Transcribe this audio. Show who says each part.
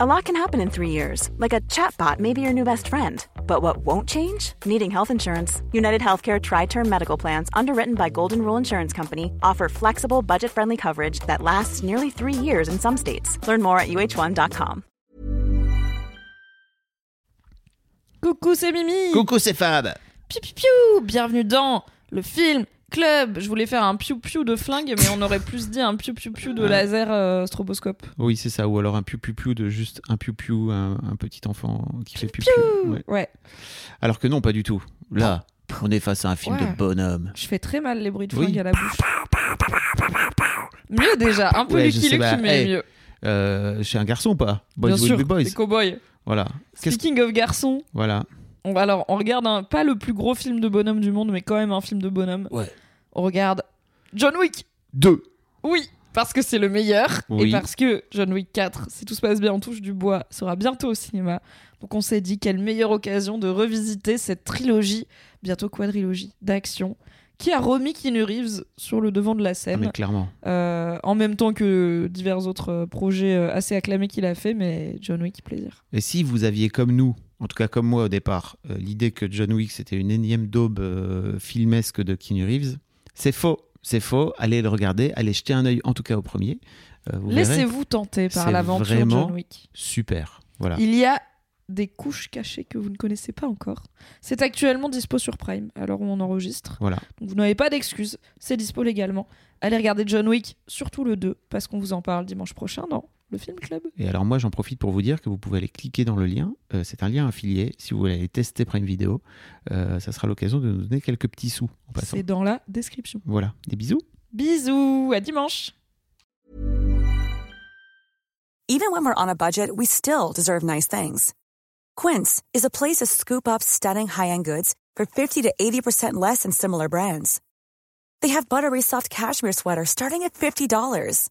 Speaker 1: A lot can happen in three years, like a chatbot may be your new best friend. But what won't change? Needing health insurance. United Healthcare Tri Term Medical Plans, underwritten by Golden Rule Insurance Company, offer flexible, budget friendly coverage that lasts nearly three years in some states. Learn more at uh1.com.
Speaker 2: Coucou, c'est Mimi.
Speaker 3: Coucou, c'est Fab.
Speaker 2: Piu piu piu. Bienvenue dans le film Club. Je voulais faire un piu piu de flingue, mais on aurait plus dit un piu piu piu de
Speaker 3: Ouais.
Speaker 2: laser euh, stroboscope.
Speaker 3: Oui, c'est ça. Ou alors un piou-piou-piou de juste un piou-piou, un, un petit enfant qui fait piou-piou.
Speaker 2: Piou.
Speaker 3: Ouais.
Speaker 2: Ouais.
Speaker 3: Alors que non, pas du tout. Là, on est face à un film
Speaker 2: Bah. Ouais.
Speaker 3: de bonhomme.
Speaker 2: Je fais très mal les bruits de
Speaker 3: Oui.
Speaker 2: flingue à la bouche. Mieux déjà, un peu
Speaker 3: Ouais, je
Speaker 2: Lucky
Speaker 3: sais
Speaker 2: Luke,
Speaker 3: pas.
Speaker 2: mais
Speaker 3: Hey,
Speaker 2: mieux.
Speaker 3: Euh, chez un garçon, ou pas Boys
Speaker 2: Bien
Speaker 3: will
Speaker 2: sûr,
Speaker 3: be boys.
Speaker 2: les cowboys.
Speaker 3: Voilà. Qu'est-ce-
Speaker 2: Speaking of garçons,
Speaker 3: Voilà.
Speaker 2: on va alors on regarde un, pas le plus gros film de bonhomme du monde, mais quand même un film de bonhomme.
Speaker 3: Ouais.
Speaker 2: On regarde John Wick.
Speaker 3: Deux.
Speaker 2: Oui, parce que c'est le meilleur
Speaker 3: Oui.
Speaker 2: et parce que John Wick 4, si tout se passe bien, on touche du bois, sera bientôt au cinéma. Donc on s'est dit quelle meilleure occasion de revisiter cette trilogie, bientôt quadrilogie d'action, qui a remis Keanu Reeves sur le devant de la
Speaker 3: Ah,
Speaker 2: scène.
Speaker 3: mais clairement.
Speaker 2: Euh, en même temps que divers autres euh, projets euh, assez acclamés qu'il a fait, mais John Wick, plaisir.
Speaker 3: Et si vous aviez comme nous, en tout cas comme moi au départ, euh, l'idée que John Wick c'était une énième daube euh, filmesque de Keanu Reeves, c'est faux. C'est faux. Allez le regarder, allez jeter un œil en tout cas au premier. Euh, vous verrez.
Speaker 2: Laissez-vous tenter par
Speaker 3: C'est
Speaker 2: l'aventure
Speaker 3: vraiment- Ah.
Speaker 2: John Wick.
Speaker 3: Super. Voilà.
Speaker 2: Il y a des couches cachées que vous ne connaissez pas encore. C'est actuellement dispo sur Prime, à l'heure où on enregistre.
Speaker 3: Voilà.
Speaker 2: Donc vous n'avez pas d'excuses, c'est dispo légalement. Allez regarder John Wick, surtout le 2, parce qu'on vous en parle dimanche prochain dans le Film Club.
Speaker 3: Et alors moi j'en profite pour vous dire que vous pouvez aller cliquer dans le lien. Euh, c'est un lien affilié. Si vous voulez aller tester Prime Video, euh, ça sera l'occasion de nous donner quelques petits sous en passant.
Speaker 2: C'est dans la description.
Speaker 3: Voilà. Des bisous.
Speaker 2: Bisous, à dimanche
Speaker 4: Even when we're on a budget, we still deserve nice things. Quince is a place to scoop up stunning high-end goods for 50 to 80% less than similar brands. They have buttery soft cashmere sweaters starting at $50,